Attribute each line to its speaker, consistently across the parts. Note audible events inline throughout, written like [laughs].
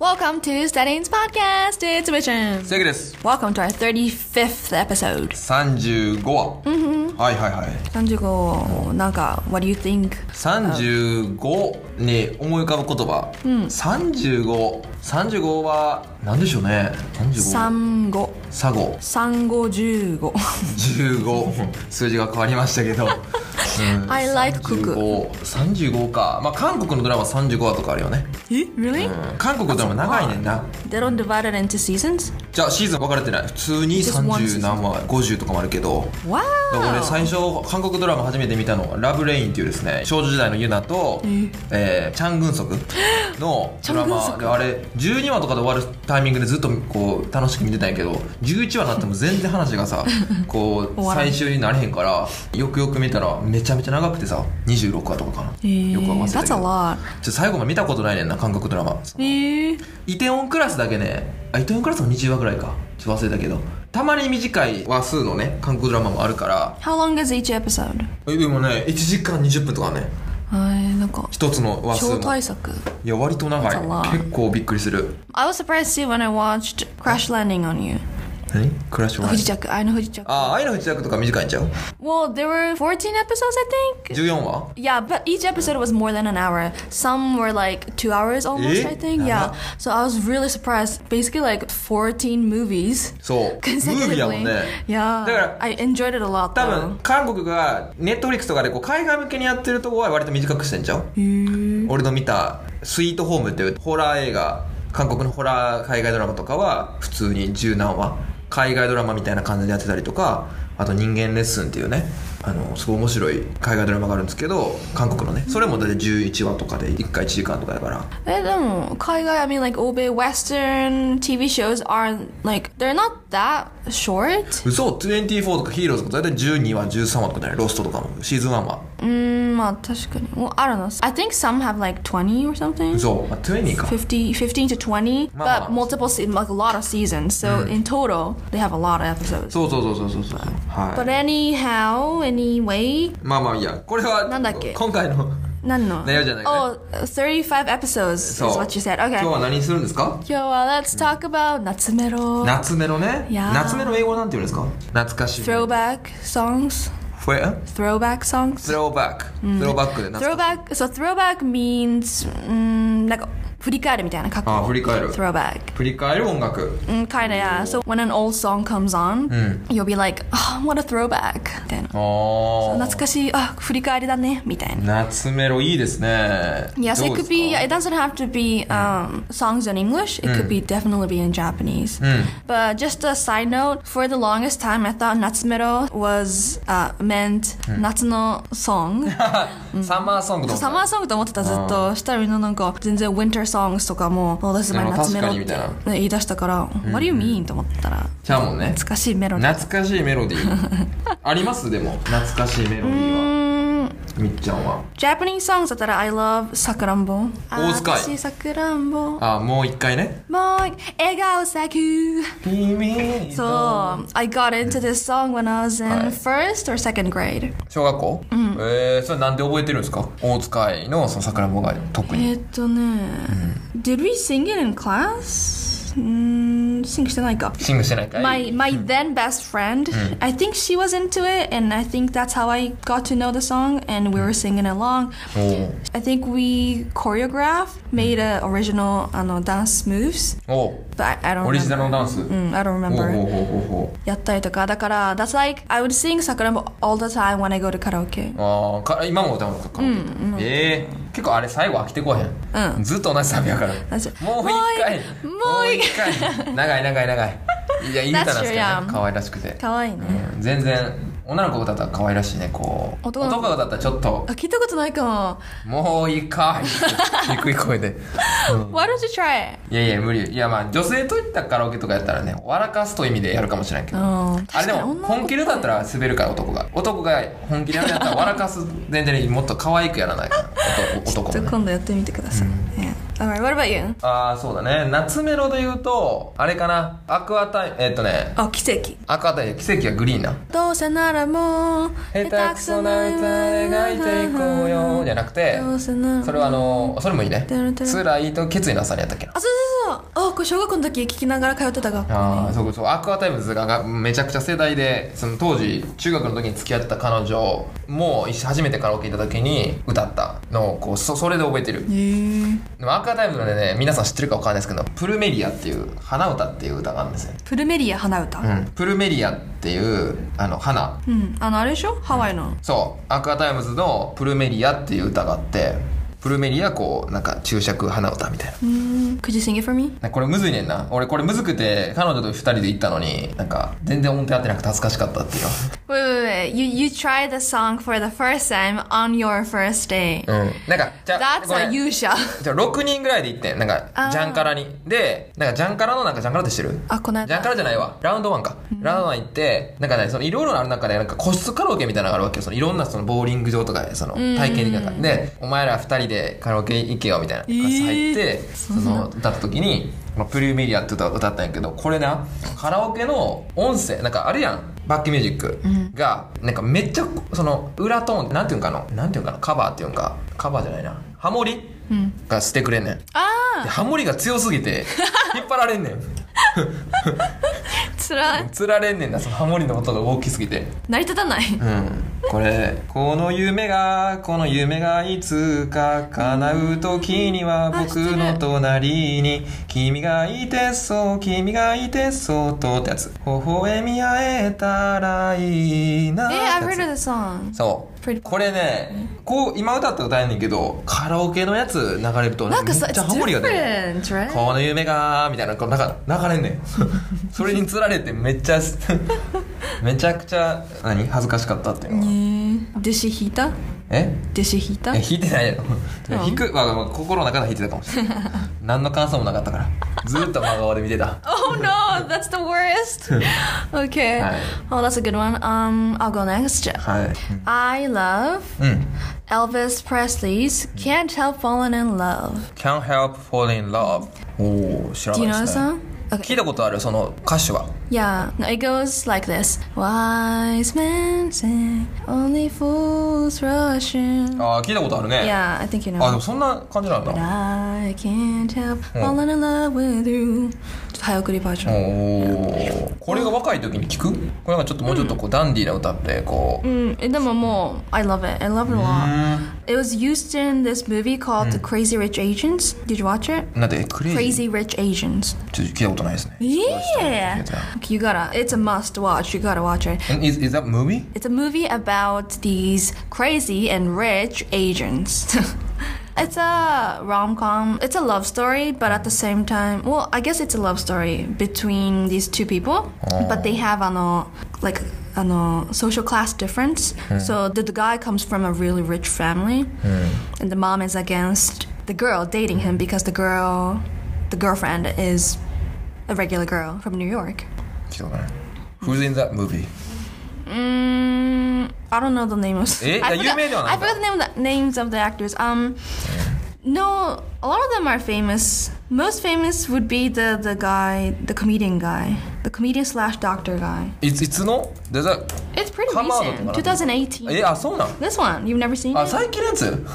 Speaker 1: Welcome to Studying's podcast. It's Mission.
Speaker 2: 正義です
Speaker 1: Welcome to our 35th episode.
Speaker 2: 35話、はいはいはい
Speaker 1: 35なんか What do you think?
Speaker 2: 35に思い浮かぶ言葉、3535は何でしょうね35
Speaker 1: 35
Speaker 2: サゴ
Speaker 1: 35 15
Speaker 2: 15数字が変わりましたけど、うん、
Speaker 1: I like
Speaker 2: 35 35かまあ韓国のドラマ35話とかあるよね、
Speaker 1: え Really?
Speaker 2: うん韓国のドラマ長いねんな
Speaker 1: They don't divide it into seasons?
Speaker 2: じゃあシーズン分かれてない普通に
Speaker 1: Just one
Speaker 2: 30
Speaker 1: season
Speaker 2: 何話50とかもあるけど
Speaker 1: わ
Speaker 2: だから俺最初韓国ドラマ初めて見たのは「ラブレイン」っていうですね少女時代のユナと、えーチャン・グンソクのド
Speaker 1: [laughs] チャ
Speaker 2: ラ
Speaker 1: ングンソ
Speaker 2: マ
Speaker 1: ク
Speaker 2: であれ12話とかで終わるタイミングでずっとこう楽しく見てたんやけど11話になっても全然話が
Speaker 1: [laughs]
Speaker 2: さこう
Speaker 1: 終わらん
Speaker 2: 最終になれへんからよくよく見たらめちゃめちゃ長くてさ26話とかかな、よく忘れた
Speaker 1: That's
Speaker 2: け
Speaker 1: a
Speaker 2: ど
Speaker 1: lot.
Speaker 2: ちょ最後まで見たことないねんな韓国ドラマ
Speaker 1: えー、
Speaker 2: イテウォンクラスだけねあイテウォンクラスも20話ぐらいかちょっと忘れたけどたまに短い話数のね韓国ドラマもあるから
Speaker 1: How long is each episode?
Speaker 2: えでもね1時間20分とかね
Speaker 1: はい、なんか
Speaker 2: 一つの話数
Speaker 1: 超
Speaker 2: も
Speaker 1: 大作。
Speaker 2: いや割と長
Speaker 1: That's a lot.
Speaker 2: い結構びっくりする
Speaker 1: I was surprised to see when I watched Crash Landing on You.
Speaker 2: 何クラッシュワン
Speaker 1: 不時着、愛の不時着。
Speaker 2: ああ愛の不時着とか短いんちゃう
Speaker 1: Well, there were 14 episodes, I think.
Speaker 2: 14話
Speaker 1: Yeah, but each episode was more than an hour. Some were like two hours almost,
Speaker 2: Eh?
Speaker 1: I think.
Speaker 2: Yeah.
Speaker 1: Yeah. So I was really surprised. Basically, like 14 movies [laughs]
Speaker 2: そうムービー
Speaker 1: consecutively.
Speaker 2: やもんね
Speaker 1: Yeah.
Speaker 2: だから
Speaker 1: I enjoyed it a lot,
Speaker 2: 多分
Speaker 1: though.
Speaker 2: 韓国がネットフリックスとかでこう海外向けにやってるとこは割と短くしてんちゃう俺の見た「スイートホーム」っていうホラー映画韓国のホラー海外ドラマとかは普通に十何話海外ドラマみたいな感じでやってたりとかあと「人間レッスン」っていうねあのすごい面白い海外ドラマがあるんですけど韓国のねそれも大体11話とかで1回1時間とかだから
Speaker 1: I don't know. Kaiga, I mean, like, Obey Western TV shows are, like, they're not that short.
Speaker 2: 嘘24とかヒーローズとか大体12話13話とかねロストとかもシーズン1は
Speaker 1: Mm, まあ確かに. Well, I don't know. I think some have, like, 20 or something.
Speaker 2: 嘘まあ20か
Speaker 1: 50, 15 to 20,
Speaker 2: Wow.
Speaker 1: but multiple, se- like a lot of seasons. So in total, they have a lot of episodes.
Speaker 2: そうそうそうそうそうそうはい
Speaker 1: But anyhow, anyway,
Speaker 2: まあまあいいやこれは
Speaker 1: なんだっけ
Speaker 2: 今回の
Speaker 1: no.
Speaker 2: 内容じゃないね。
Speaker 1: Oh, 35 episodes
Speaker 2: そう
Speaker 1: is what you said.
Speaker 2: 今
Speaker 1: Okay.
Speaker 2: 日は何するんですか
Speaker 1: Kyowa, let's talk about Natsumero
Speaker 2: 夏メロね
Speaker 1: いやー
Speaker 2: 夏メロ英語なんて言うんですか懐かしい
Speaker 1: throwback songs.
Speaker 2: フェえ
Speaker 1: Throwback songs.
Speaker 2: スローバックスローバックで懐か
Speaker 1: Throwback. So throwback means, mm, like, 振
Speaker 2: あ
Speaker 1: り返るみたいな格好。
Speaker 2: 振り返る
Speaker 1: Throwback.
Speaker 2: 振り返る音楽
Speaker 1: Mm, kinda, yeah. So when an old song comes on, you'll be like, oh, what a throwback. Then,
Speaker 2: ああ
Speaker 1: 懐かしい、あ、振り返りだね、みたいな。
Speaker 2: 夏メロいいですね
Speaker 1: Yeah, so it
Speaker 2: どうです
Speaker 1: could
Speaker 2: か
Speaker 1: be, yeah, it doesn't have to be um, songs in English. It could be definitely be in Japanese. But just a side note, for the longest time, I thought Natsumero was uh, meant Natsuno song.
Speaker 2: サマーソングとか
Speaker 1: サマーソングと思ってたずっとしたらみんななんか全然 Winter Songs とかも「Oh, this is my
Speaker 2: あ
Speaker 1: 夏メロ」っ
Speaker 2: 確かにみたいな
Speaker 1: て言い出したから「What do you mean?」と思ったら
Speaker 2: ちゃうもんね
Speaker 1: 懐かしいメロディー
Speaker 2: 懐かしいメロディー
Speaker 1: [laughs]
Speaker 2: ありますでも懐かしいメロディーはみっちゃんは
Speaker 1: Japanese songs だったら I love さくらんぼ
Speaker 2: 大塚愛
Speaker 1: 私さくらんぼもう
Speaker 2: あーもう一回ね
Speaker 1: 笑顔咲く
Speaker 2: そ
Speaker 1: So I got into this song when I was
Speaker 2: は
Speaker 1: in
Speaker 2: い
Speaker 1: first or second grade
Speaker 2: 小学校、えー、それなんで覚えてるんですか大塚愛のその桜棒が特に
Speaker 1: えーっとね Did we sing it in class? うーんシングしてないか
Speaker 2: シングしてないかい
Speaker 1: my my then best friend i think she was into it and i think that's how i got to know the song and we were singing along
Speaker 2: おー
Speaker 1: i think we choreographed made a original I know, dance moves
Speaker 2: おー
Speaker 1: but i, I don't
Speaker 2: オリジナルの
Speaker 1: remember.
Speaker 2: ダンス、
Speaker 1: Mm, i don't
Speaker 2: おお
Speaker 1: remember
Speaker 2: おおお
Speaker 1: やったりとかだから that's like i would sing sakuraba all the time when i go to karaoke
Speaker 2: あーか今も歌うのかカラオケでええー、結構あれ最後飽きてこへん、
Speaker 1: うん
Speaker 2: ずっと同じサビやから
Speaker 1: 確かに
Speaker 2: もう一回
Speaker 1: もう一回
Speaker 2: もう一回長い長い長いいやいい歌なんですけ
Speaker 1: That's
Speaker 2: ど
Speaker 1: true,
Speaker 2: ね
Speaker 1: yeah.
Speaker 2: 可愛らしくて、
Speaker 1: かわいいね、
Speaker 2: うん全然女の子が歌ったら可愛らしいねこう
Speaker 1: 男の子
Speaker 2: が歌ったらちょっと
Speaker 1: あ聞いたことないかも
Speaker 2: もう一
Speaker 1: [laughs]
Speaker 2: 回低い声で
Speaker 1: why don't you try it
Speaker 2: いやいや無理いやまあ女性といったカラオケとかやったらね笑かすという意味でやるかもしれないけど、
Speaker 1: うん
Speaker 2: あれ
Speaker 1: 確かに
Speaker 2: でも
Speaker 1: 女の子
Speaker 2: 本気で歌ったら滑るから男が男が本気でやるんやったら笑かす前提にもっと可愛くやらないから男男も、ね、
Speaker 1: ちょっと今度やってみてください、yeah. alright what about you
Speaker 2: ああそうだね夏メロで言うとあれかなアクアタイムえっとね
Speaker 1: あ奇跡
Speaker 2: アクアタイム奇跡はグリーンな
Speaker 1: どうせならもう
Speaker 2: 下手くそな歌で描いていこうよじゃなくて
Speaker 1: どうせなら
Speaker 2: それはあのそれもいいね
Speaker 1: てるてる
Speaker 2: 辛いと決意の朝にやったっけな
Speaker 1: あそうそうああこれ小学校の時聞きながら通ってた学校
Speaker 2: あ
Speaker 1: ね
Speaker 2: あそうかそうアクアタイムズががめちゃくちゃ世代でその当時中学の時に付き合ってた彼女も一緒初めてカラオケ行った時に歌ったのをこうそそれで覚えてる
Speaker 1: へえ
Speaker 2: でもアクアタイムズでね皆さん知ってるかわかんないですけどプルメリアっていう花歌っていう歌があるんですよ、
Speaker 1: プルメリア花歌
Speaker 2: うん、プルメリアっていうあの花
Speaker 1: うんあのあれでしょハワイの
Speaker 2: そうアクアタイムズのプルメリアっていう歌があってプルメリアこうなんか注釈花歌みたいな
Speaker 1: うーん Could you sing it for me?
Speaker 2: なんかこれむずいねんな俺これむずくて彼女と二人で行ったのになんか全然音程合ってなくて恥ずかしかったっていう
Speaker 1: Wait, wait, wait. You, you try the song for the first time on your first day.
Speaker 2: うんなんかじゃあ
Speaker 1: That's
Speaker 2: ごめ
Speaker 1: a
Speaker 2: ん
Speaker 1: yusha.
Speaker 2: じゃあ6人ぐらいで行ってんなん
Speaker 1: あ
Speaker 2: か
Speaker 1: ー
Speaker 2: ジャンカラにでなんかジャンカラのなんかジャンカラって知ってる
Speaker 1: あこの間
Speaker 2: ジャンカラじゃないわラウンドワンか、ラウンドワン行ってなんかねそのいろいろある中でなんか個室カラオケみたいなのがあるわけよそのいろんなそのボーリング場とかでその体験的な感じでお前ら二人でカラオケ行けよみたいな個室入って、
Speaker 1: えー
Speaker 2: その歌った時にまあプリューメリアって歌を歌ったんやけどこれなカラオケの音声なんかあるやんバックミュージックが、なんかめっちゃその裏トーンなんていうんかななんていうんかなカバーっていうんかカバーじゃないなハモリ、がしてくれんねんで
Speaker 1: Ah,
Speaker 2: ハモリが強すぎ [laughs] て引っ張られんねん
Speaker 1: tsurai.
Speaker 2: つられんねんなそのハモリの音が大きすぎて
Speaker 1: 成り立たない。
Speaker 2: うんこれこの夢がこの夢がいつか叶う時には
Speaker 1: あ
Speaker 2: 僕
Speaker 1: 知ってる
Speaker 2: の隣に君がいてそう君がいてそうとってやつ微笑み合えたらいいな
Speaker 1: Eh,
Speaker 2: って
Speaker 1: I've heard
Speaker 2: や
Speaker 1: of
Speaker 2: つ
Speaker 1: the song.
Speaker 2: そ
Speaker 1: Pretty-
Speaker 2: うこれねこう今歌って歌えんねんけどカラオケのやつ流れるとねめっ
Speaker 1: なんかさ、
Speaker 2: ち
Speaker 1: it's
Speaker 2: ゃハモリが出る
Speaker 1: different, right?
Speaker 2: この夢がみたいなこうなんか流れんね [laughs] んそれにつられてめっちゃ [laughs] めちゃくちゃ何恥ずかしかったっていうのは
Speaker 1: Did she hit that?
Speaker 2: え
Speaker 1: Did she hit
Speaker 2: いや
Speaker 1: that?
Speaker 2: 弾いてないやろ
Speaker 1: うん
Speaker 2: 弾く、まあまあ、心の中で弾いてたかもしれ [laughs] ない何の感想もなかったからずーっと真顔で見て [laughs] た
Speaker 1: Oh no, that's the worst. Okay.
Speaker 2: Hi.
Speaker 1: Oh, that's a good one. Um, I'll go next.
Speaker 2: はい
Speaker 1: I love
Speaker 2: うん
Speaker 1: Elvis Presley's Can't Help Falling in Love.
Speaker 2: Can't help falling in love おお知ら
Speaker 1: Do
Speaker 2: な
Speaker 1: you
Speaker 2: いで
Speaker 1: know the
Speaker 2: すね
Speaker 1: song? Okay.
Speaker 2: 聞いたことあるその歌手は
Speaker 1: Yeah, no, it goes like this. Wise men say only fools rush in.
Speaker 2: ああ聞いたことあるね
Speaker 1: Oh, Yeah, Oh, I think you know.
Speaker 2: あでもそんな感じなんだ
Speaker 1: But I can't help falling in love with you. ちょっと早送りバージ
Speaker 2: お
Speaker 1: ョン。
Speaker 2: おこれが若い時に聞くこれがちょっともうちょっとこうダンディーな歌ってこう
Speaker 1: うん、えでももう、I love it. I love it a lot. It was used in this movie called The Crazy Rich Agents. Did you watch it?
Speaker 2: なんでクレイジー
Speaker 1: Mm. Crazy Rich Agents.
Speaker 2: ちょっと聞いたことないですね
Speaker 1: Yeah! You gotta, it's a must watch. You gotta watch it.
Speaker 2: And Is, is that movie?
Speaker 1: It's a movie about these crazy and rich agents. [laughs] it's a rom com. It's a love story, but at the same time, well, I guess it's a love story between these two people, but they have an uh, like an uh, social class difference. So the, the guy comes from a really rich family, and the mom is against the girl dating him because the girl, the girlfriend, is a regular girl from New York.
Speaker 2: 聞いたことない Who's in that movie?
Speaker 1: Mm, I don't know the name of.
Speaker 2: え
Speaker 1: [laughs] I
Speaker 2: いや有名ではな
Speaker 1: I
Speaker 2: いんだ
Speaker 1: forgot the name of the names of the actors. Um, no, a lot of them are famous. Most famous would be the the guy, the comedian guy, the comedian slash doctor guy.
Speaker 2: いついつの Does that-
Speaker 1: It's pretty
Speaker 2: Come Oh, out
Speaker 1: recent,
Speaker 2: of- え
Speaker 1: 2018.
Speaker 2: あそうなん
Speaker 1: This one you've never seen.
Speaker 2: あ
Speaker 1: It?
Speaker 2: 最近のやつ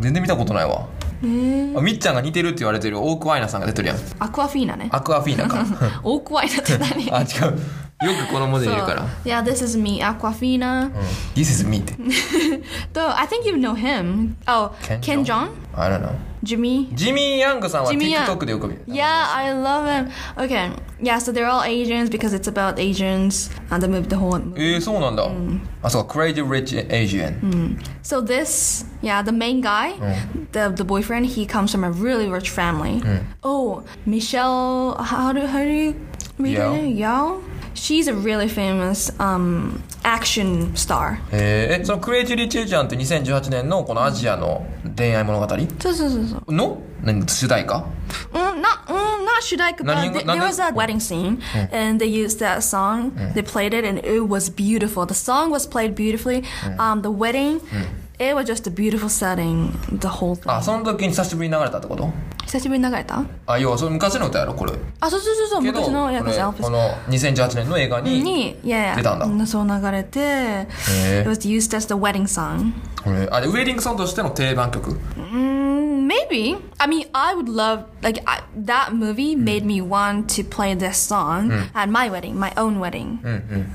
Speaker 2: 全然見たことないわあみっちゃんが似てるって言われてるオークワイナさんが出てるやん
Speaker 1: Aquafina ね。
Speaker 2: アクアフィーナか
Speaker 1: [laughs] Aquafina って
Speaker 2: [laughs]
Speaker 1: 何？
Speaker 2: あ違うよくこの文字にいるから
Speaker 1: Yeah, this is me, Aquafina.
Speaker 2: This is me って
Speaker 1: [laughs] Though I think you know him. Oh,
Speaker 2: Ken
Speaker 1: Ken,
Speaker 2: Jeong?
Speaker 1: Jeong,
Speaker 2: I don't know
Speaker 1: Jimmy.
Speaker 2: ジミー・ヤングさんは
Speaker 1: Jimmy Yang.
Speaker 2: TikTok でよく見る
Speaker 1: Yeah, I love him. Okay, yeah. So they're all Asians because it's about Asians and the movie, the whole movie.
Speaker 2: えー、そうなんだ、あそうか Crazy Rich Asian、
Speaker 1: So this, yeah, the main guy, the the boyfriend, he comes from a really rich family. Oh, Michelle, how do how do you read her
Speaker 2: Yeoh.
Speaker 1: name? Yao. She's a really famous um action star.
Speaker 2: えーえそのクレイジー・リッチ・エイジャンって2018年のこのアジアの恋愛物語
Speaker 1: So so so so.
Speaker 2: の何主題歌
Speaker 1: Mm, not mm, not Mm. should I
Speaker 2: Nani-
Speaker 1: but th-
Speaker 2: nani-
Speaker 1: there was a wedding scene and they used that song. They played it and it was beautiful. The song was played beautifully. Um, the Ah. wedding, it was just a beautiful setting. The whole thing.
Speaker 2: あその時に久しぶりに流れたってこと
Speaker 1: 久しぶりに流れた
Speaker 2: あ要はその昔の歌やろこれ
Speaker 1: あそうそうそうそう
Speaker 2: けど
Speaker 1: 昔のや
Speaker 2: こ
Speaker 1: つ
Speaker 2: れ
Speaker 1: ア
Speaker 2: この2018年の映画に
Speaker 1: に、いやいや、
Speaker 2: 出たんだ
Speaker 1: うんそう流れて、
Speaker 2: へー
Speaker 1: It was used as the wedding song.
Speaker 2: これあでウェディングソングとしての定番曲
Speaker 1: Mm, maybe. I mean, I would love, like, I, that movie made me want to play this song at my wedding, my own wedding.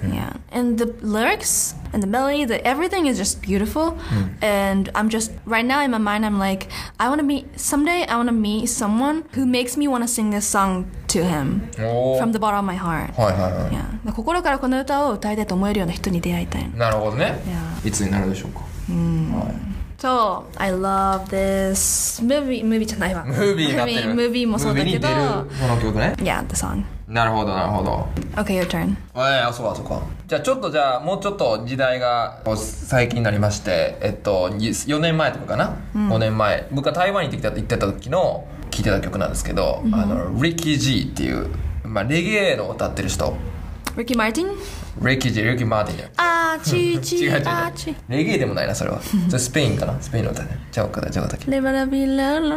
Speaker 1: Yeah. And the lyrics and the melody, the, everything is just beautiful. And I'm just, right now in my mind, I'm like, I want to meet, someday I want to meet someone who makes me want to sing this song to him
Speaker 2: おお
Speaker 1: from the bottom of my heart.
Speaker 2: はいはいはい
Speaker 1: Yeah. 心からこの歌を歌いたいと思えるような人に出会いたいの。
Speaker 2: なるほどね
Speaker 1: いや
Speaker 2: いつになるでしょうかはい
Speaker 1: So, I love this movie, movie じゃないわ。
Speaker 2: ムービーになってる
Speaker 1: movie, movie もそうだけど。
Speaker 2: ムービーに出るこの曲ね
Speaker 1: Yeah, the song.
Speaker 2: なるほどなるほど
Speaker 1: Okay, your turn.
Speaker 2: ええあそうかそうかじゃあちょっとじゃあもうちょっと時代がこう最近になりましてえっと4年前とかかな、5年前僕が台湾に行ってきた行ってた時の聴いてた曲なんですけど、あのリッキー・ジーっていう、まあ、レゲエの歌ってる人
Speaker 1: Ricky Martin?
Speaker 2: リッキー・ジーリッキー・マーティンや
Speaker 1: あーち [laughs] ーち
Speaker 2: 違う違
Speaker 1: ー
Speaker 2: う違う
Speaker 1: あーちー。
Speaker 2: レゲエでもないなそれはそれスペインかなスペインの歌ねちゃうかだちゃうかだっけ
Speaker 1: レバラビラララ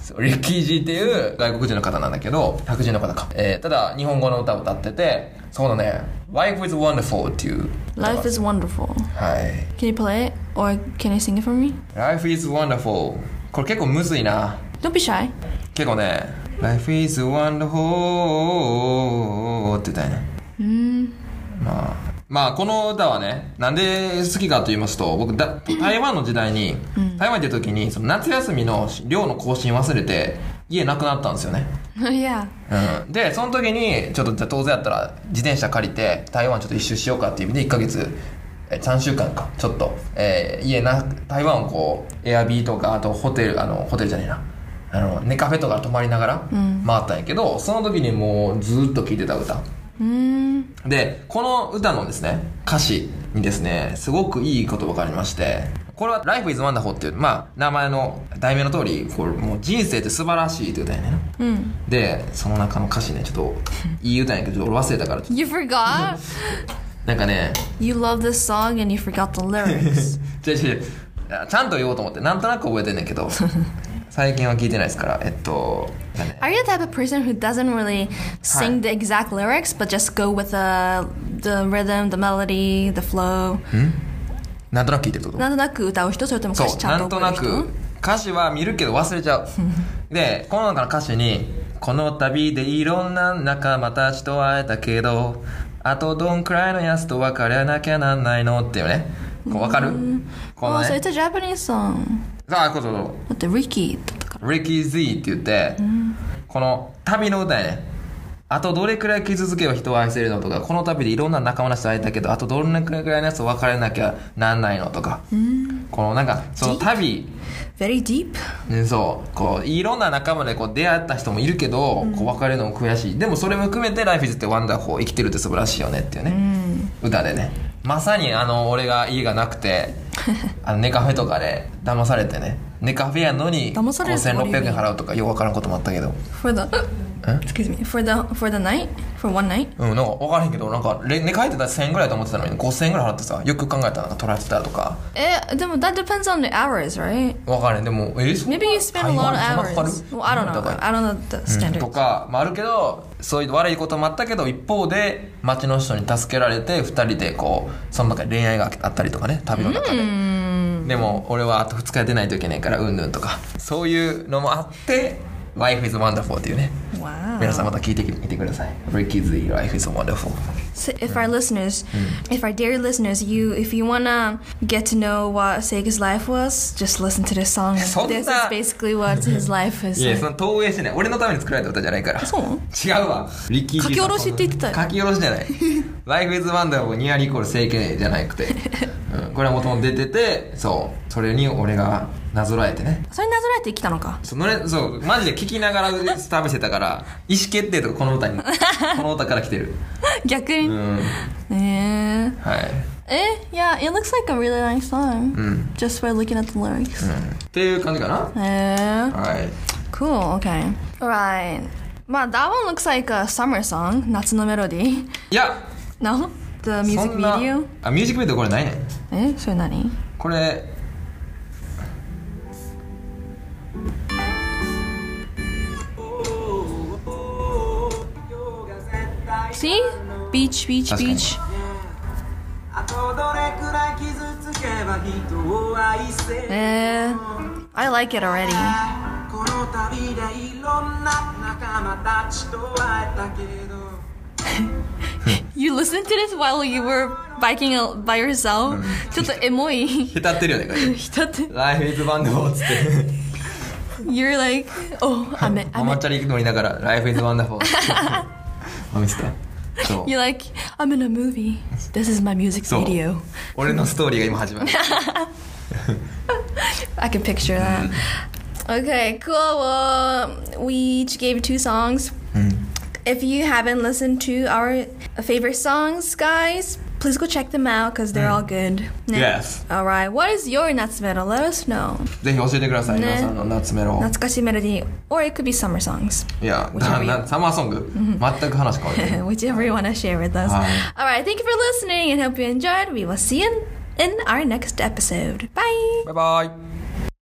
Speaker 2: そうリッキー・ジーっていう外国人の方なんだけど白人の方か、えーただ日本語の歌を歌っててそこのね「Life is Wonderful」っていう
Speaker 1: Life is wonderful.
Speaker 2: はい
Speaker 1: Can you play it? Or can you sing it for me?
Speaker 2: 「Life is Wonderful」これ結構むずいな
Speaker 1: Don't be shy.
Speaker 2: 結構ね「Life is Wonderful」って言ったよね
Speaker 1: Hmm.
Speaker 2: うんまあまあこの歌はねなんで好きかと言いますと僕だ台湾の時代に、台湾に行った時にその夏休みの寮の更新忘れて家なくなったんですよね
Speaker 1: [laughs] yeah.
Speaker 2: うん、でその時にちょっとじゃあ当然やったら自転車借りて台湾ちょっと一周しようかっていう意味で1ヶ月え3週間かちょっと、えー家な台湾をこうエアビーとかあとホテルあのホテルじゃねえなあのネカフェとか泊まりながら回ったんやけど、その時にもうずっと聴いてた歌
Speaker 1: Mm.
Speaker 2: でこの歌のですね歌詞にですねすごくいいことがありましてこれは「Life is Wonderful」っていうまあ名前の題名の通りこれもう人生って素晴らしいって歌やねんな
Speaker 1: Mm.
Speaker 2: でその中の歌詞ねちょっ
Speaker 1: [laughs]
Speaker 2: といい歌やけどちょっと俺忘れたからちょっ
Speaker 1: You forgot?
Speaker 2: となんかね
Speaker 1: [laughs] you love this song and you forgot the [laughs] lyrics.
Speaker 2: 違う違う違うあちゃんと言おうと思ってなんとなく覚えてんねん
Speaker 1: [laughs]
Speaker 2: けど最近は聞いてないですからえっとなんかね
Speaker 1: Are you the type of person who doesn't really sing the exact lyrics but just go with the the rhythm, the melody, the flow?
Speaker 2: なんとなく聞いてるってこと
Speaker 1: なんとなく歌う人それとも歌
Speaker 2: Hmm? そ
Speaker 1: 詞
Speaker 2: う
Speaker 1: ちゃ
Speaker 2: なんん
Speaker 1: と
Speaker 2: と
Speaker 1: 覚え
Speaker 2: な
Speaker 1: る人
Speaker 2: く歌詞は見るけど忘れちゃ
Speaker 1: [laughs]
Speaker 2: うでこの中の歌詞に「この旅でいろんな仲間たちと会えたけどあとどんくらいのやつと別れなきゃなんないの」っていうねこう分かるこの
Speaker 1: Oh, so
Speaker 2: ね
Speaker 1: it's a Japanese song.
Speaker 2: あそうそうそう
Speaker 1: だって、Ricky だったから。
Speaker 2: 「Ricky Z」って言って、この旅の歌やねあとどれくらい傷つけば人を愛せるのとかこの旅でいろんな仲間の人と会えたけどあとどれくらいのやつと別れなきゃなんないのとか、このなんかその旅
Speaker 1: Very deep?
Speaker 2: ね、そうこういろんな仲間でこう出会った人もいるけど、こう別れるのも悔しいでもそれも含めて「ライフイズってワンダフォー生きてるって素晴らしいよねっていうね、歌でねまさにあの俺が家がなくて
Speaker 1: [laughs]
Speaker 2: あのネカフェとかで騙されてねネカフェやのに
Speaker 1: 騙されるってどういう意味
Speaker 2: 5600円払うとかようわからんこともあったけど
Speaker 1: For the... Excuse me. For the, for the night? For one night?
Speaker 2: うんなんか分からへんけどなんかレネカフェってたら1000円ぐらいと思ってたのに5000円ぐらい払ってさよく考えたらなんか取られてたとか
Speaker 1: え、Eh, でも、that depends on the hours, right?
Speaker 2: 分からへんでもえそんな
Speaker 1: Maybe you spend a lot of
Speaker 2: 台湾そんなかかる
Speaker 1: hours. Well, I don't
Speaker 2: だ
Speaker 1: know.
Speaker 2: から
Speaker 1: I don't know
Speaker 2: Hmm.
Speaker 1: the standard.
Speaker 2: とか、まあ、あるけどそういう悪いこともあったけど一方で町の人に助けられて2人でこうその中で恋愛があったりとかね旅の中ででも俺はあと2日出ないといけないからうんぬんとかそういうのもあって「Life is Wonderful」っていうね
Speaker 1: Wow.
Speaker 2: 皆さんまた聞いてみてください「Ricky's Life is Wonderful
Speaker 1: So if our listeners, if our dear listeners, you, if you wanna get to know what Sega's life was, just listen to this song.
Speaker 2: So
Speaker 1: this is
Speaker 2: that-
Speaker 1: basically what his life」is.
Speaker 2: いや
Speaker 1: like.
Speaker 2: その投影してない俺のために作られた歌じゃないから
Speaker 1: そう
Speaker 2: 違うわリッキー・
Speaker 1: 書き下ろしって言ってたよ
Speaker 2: 書き下ろしじ
Speaker 1: [laughs]
Speaker 2: ゃない「Life is Wonderful」ニアリーイコール整形じゃなくて、うん、これはもともと出ててそうそれに俺がなぞらえてね
Speaker 1: それなぞらえてきたのか。 [laughs]
Speaker 2: そのねそうマジで聞きながらスタートしてたから意思決定とかこの
Speaker 1: [laughs]
Speaker 2: 歌にこの歌から来てる
Speaker 1: 逆に。
Speaker 2: うん
Speaker 1: え
Speaker 2: はい、
Speaker 1: ー、え、yeah, it looks like a really nice song.
Speaker 2: うん、
Speaker 1: Just by looking at the lyrics.
Speaker 2: うん、っていう感じかな
Speaker 1: Eh,
Speaker 2: はい
Speaker 1: cool, okay. Alright. Well, that one looks like a summer song, Natsuno Melody.
Speaker 2: いや
Speaker 1: No? The music
Speaker 2: そんな
Speaker 1: video?
Speaker 2: あミュージックビデオこれないねん
Speaker 1: え、それ何
Speaker 2: これ
Speaker 1: See? Beach, beach,
Speaker 2: 確かに
Speaker 1: beach.
Speaker 3: あとどれくらい傷つけば人を愛せる
Speaker 1: Eh, I like it already.
Speaker 3: この旅でいろんな仲間たちと会えたけど
Speaker 1: You listened to this while you were biking out by yourself? [laughs] ちょっとエモい。
Speaker 2: 浸ってるよねこれ
Speaker 1: 浸って。
Speaker 2: ライフイズバンドフォーっつって
Speaker 1: You're like, oh, I'm it,
Speaker 2: マ
Speaker 1: I'm
Speaker 2: マ
Speaker 1: it.
Speaker 2: チャリ乗りながらライフイズワン [laughs] ダフォーあ見せたそう
Speaker 1: You're like, I'm in a movie. This is my music
Speaker 2: そう
Speaker 1: video.
Speaker 2: 俺のストーリーが今始まる
Speaker 1: I can picture that. Okay, cool. Well, we each gave two songs. If you haven't listened to our favorite songs, guys, please go check them out because they're all good.
Speaker 2: Yes.
Speaker 1: All right. What is your nuts metal? Let us know.
Speaker 2: ぜひ教えてください、
Speaker 1: ね
Speaker 2: 皆さんの夏メロ
Speaker 1: 懐かしいメロディー or it could be summer songs. [laughs]
Speaker 2: いや
Speaker 1: Whichever
Speaker 2: ななサマーソング全く話変わる
Speaker 1: Whichever you want to share with us.
Speaker 2: Hi.
Speaker 1: All right. Thank you for listening and hope you enjoyed. We will see you in, in our next episode. Bye.
Speaker 2: バイバイ